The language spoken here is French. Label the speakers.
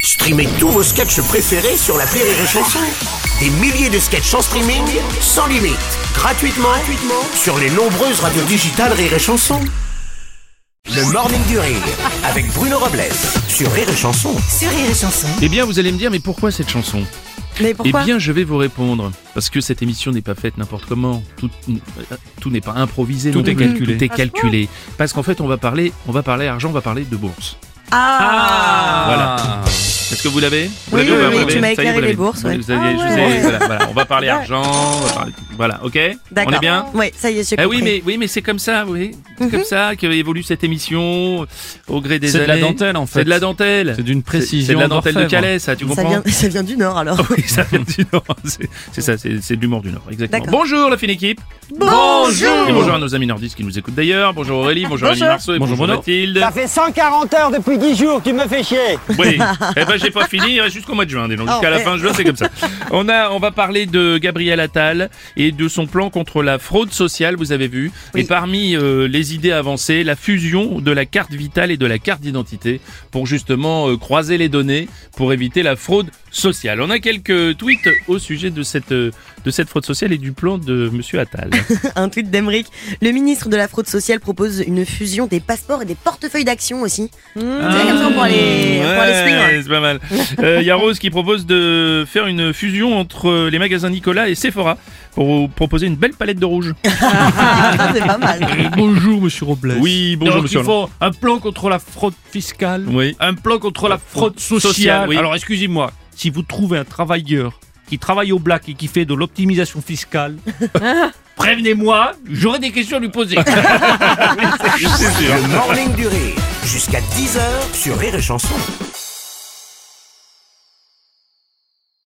Speaker 1: Streamez tous vos sketchs préférés sur la Rire et Chanson. Des milliers de sketchs en streaming, sans limite, gratuitement, gratuitement sur les nombreuses radios digitales Rire et Chanson. Le Morning du Rire avec Bruno Robles sur Rire et Chanson.
Speaker 2: Sur Rire et Chanson.
Speaker 3: Eh bien, vous allez me dire, mais pourquoi cette chanson
Speaker 2: Mais pourquoi
Speaker 3: Eh bien, je vais vous répondre. Parce que cette émission n'est pas faite n'importe comment. Tout, euh, tout n'est pas improvisé. Tout est calculé.
Speaker 2: Ah,
Speaker 3: Tout est calculé. Parce qu'en fait, on va parler, on va parler argent, on va parler de bourse.
Speaker 2: Ah,
Speaker 3: Voilà. Est-ce que vous l'avez Vous
Speaker 2: Oui, oui,
Speaker 3: l'avez ou pas
Speaker 2: oui,
Speaker 3: Vous l'avez
Speaker 2: tu m'as
Speaker 3: Ça y est,
Speaker 2: éclairé
Speaker 3: vous l'avez.
Speaker 2: les bourses, ouais.
Speaker 3: Vous aviez- je vous ai- voilà, voilà. On va parler argent. on va parler- Voilà, ok On
Speaker 2: d'accord.
Speaker 3: est bien
Speaker 2: Oui, ça y est, j'ai
Speaker 3: ah
Speaker 2: compris. Mhm.
Speaker 3: oui mais oui mais c'est comme ça oui c'est comme ça qu'évolue cette émission au gré des
Speaker 4: C'est de la
Speaker 3: années.
Speaker 4: dentelle, en fait.
Speaker 3: c'est de la dentelle
Speaker 4: C'est d'une précision.
Speaker 3: c'est de la dentelle de
Speaker 4: d'orfèvre.
Speaker 3: Calais ça tu
Speaker 2: ça,
Speaker 3: comprends
Speaker 2: vient, ça vient du Nord alors.
Speaker 3: Oui, ça vient du Nord. C'est- C'est ça, c'est c'est de l'humour du Nord, exactement.
Speaker 2: D'accord.
Speaker 3: Bonjour la fine équipe.
Speaker 2: Bonjour.
Speaker 3: Et bonjour à nos amis nordistes qui nous écoutent d'ailleurs. Bonjour Aurélie, bonjour, Annie
Speaker 2: Bonjour.
Speaker 3: Marceau et bonjour,
Speaker 4: Bonjour Bruno.
Speaker 3: Mathilde.
Speaker 5: Ça fait 140 heures depuis 10 jours, tu me fais chier.
Speaker 3: Oui. Eh ben j'ai pas fini, il reste jusqu'au mois de juin. dis donc.
Speaker 2: Oh,
Speaker 3: Jusqu'à la
Speaker 2: ouais.
Speaker 3: fin juin, c'est comme ça. On a, on va parler de Gabriel Attal et de son plan contre la fraude sociale. Vous avez vu.
Speaker 2: Oui.
Speaker 3: Et parmi euh, les idées avancées, la fusion de la carte vitale et de la carte d'identité pour justement euh, croiser les données pour éviter la fraude sociale. On a quelques tweets au sujet de cette euh, de cette fraude sociale et du plan de Monsieur Attal.
Speaker 2: Un tweet d'Emeric. Le ministre de la fraude sociale propose une fusion des passeports et des portefeuilles d'action aussi.
Speaker 3: Ah.
Speaker 2: C'est comme ça, on pourra les, on pourra les suivre.
Speaker 3: Ouais, c'est pas mal. Euh, Il y a Rose qui propose de faire une fusion entre les magasins Nicolas et Sephora pour vous proposer une belle palette de rouge.
Speaker 2: Ah, c'est pas mal.
Speaker 4: Bonjour, monsieur Robles.
Speaker 3: Oui, bonjour
Speaker 4: Donc,
Speaker 3: monsieur.
Speaker 4: il faut un plan contre la fraude fiscale,
Speaker 3: Oui.
Speaker 4: un plan contre la fraude sociale.
Speaker 3: Sociale, oui.
Speaker 4: Alors, excusez-moi, si vous trouvez un travailleur qui travaille au black et qui fait de l'optimisation fiscale, prévenez-moi, j'aurai des questions à lui poser.
Speaker 1: Le Morning du Rire jusqu'à 10h sur Rire et Chanson.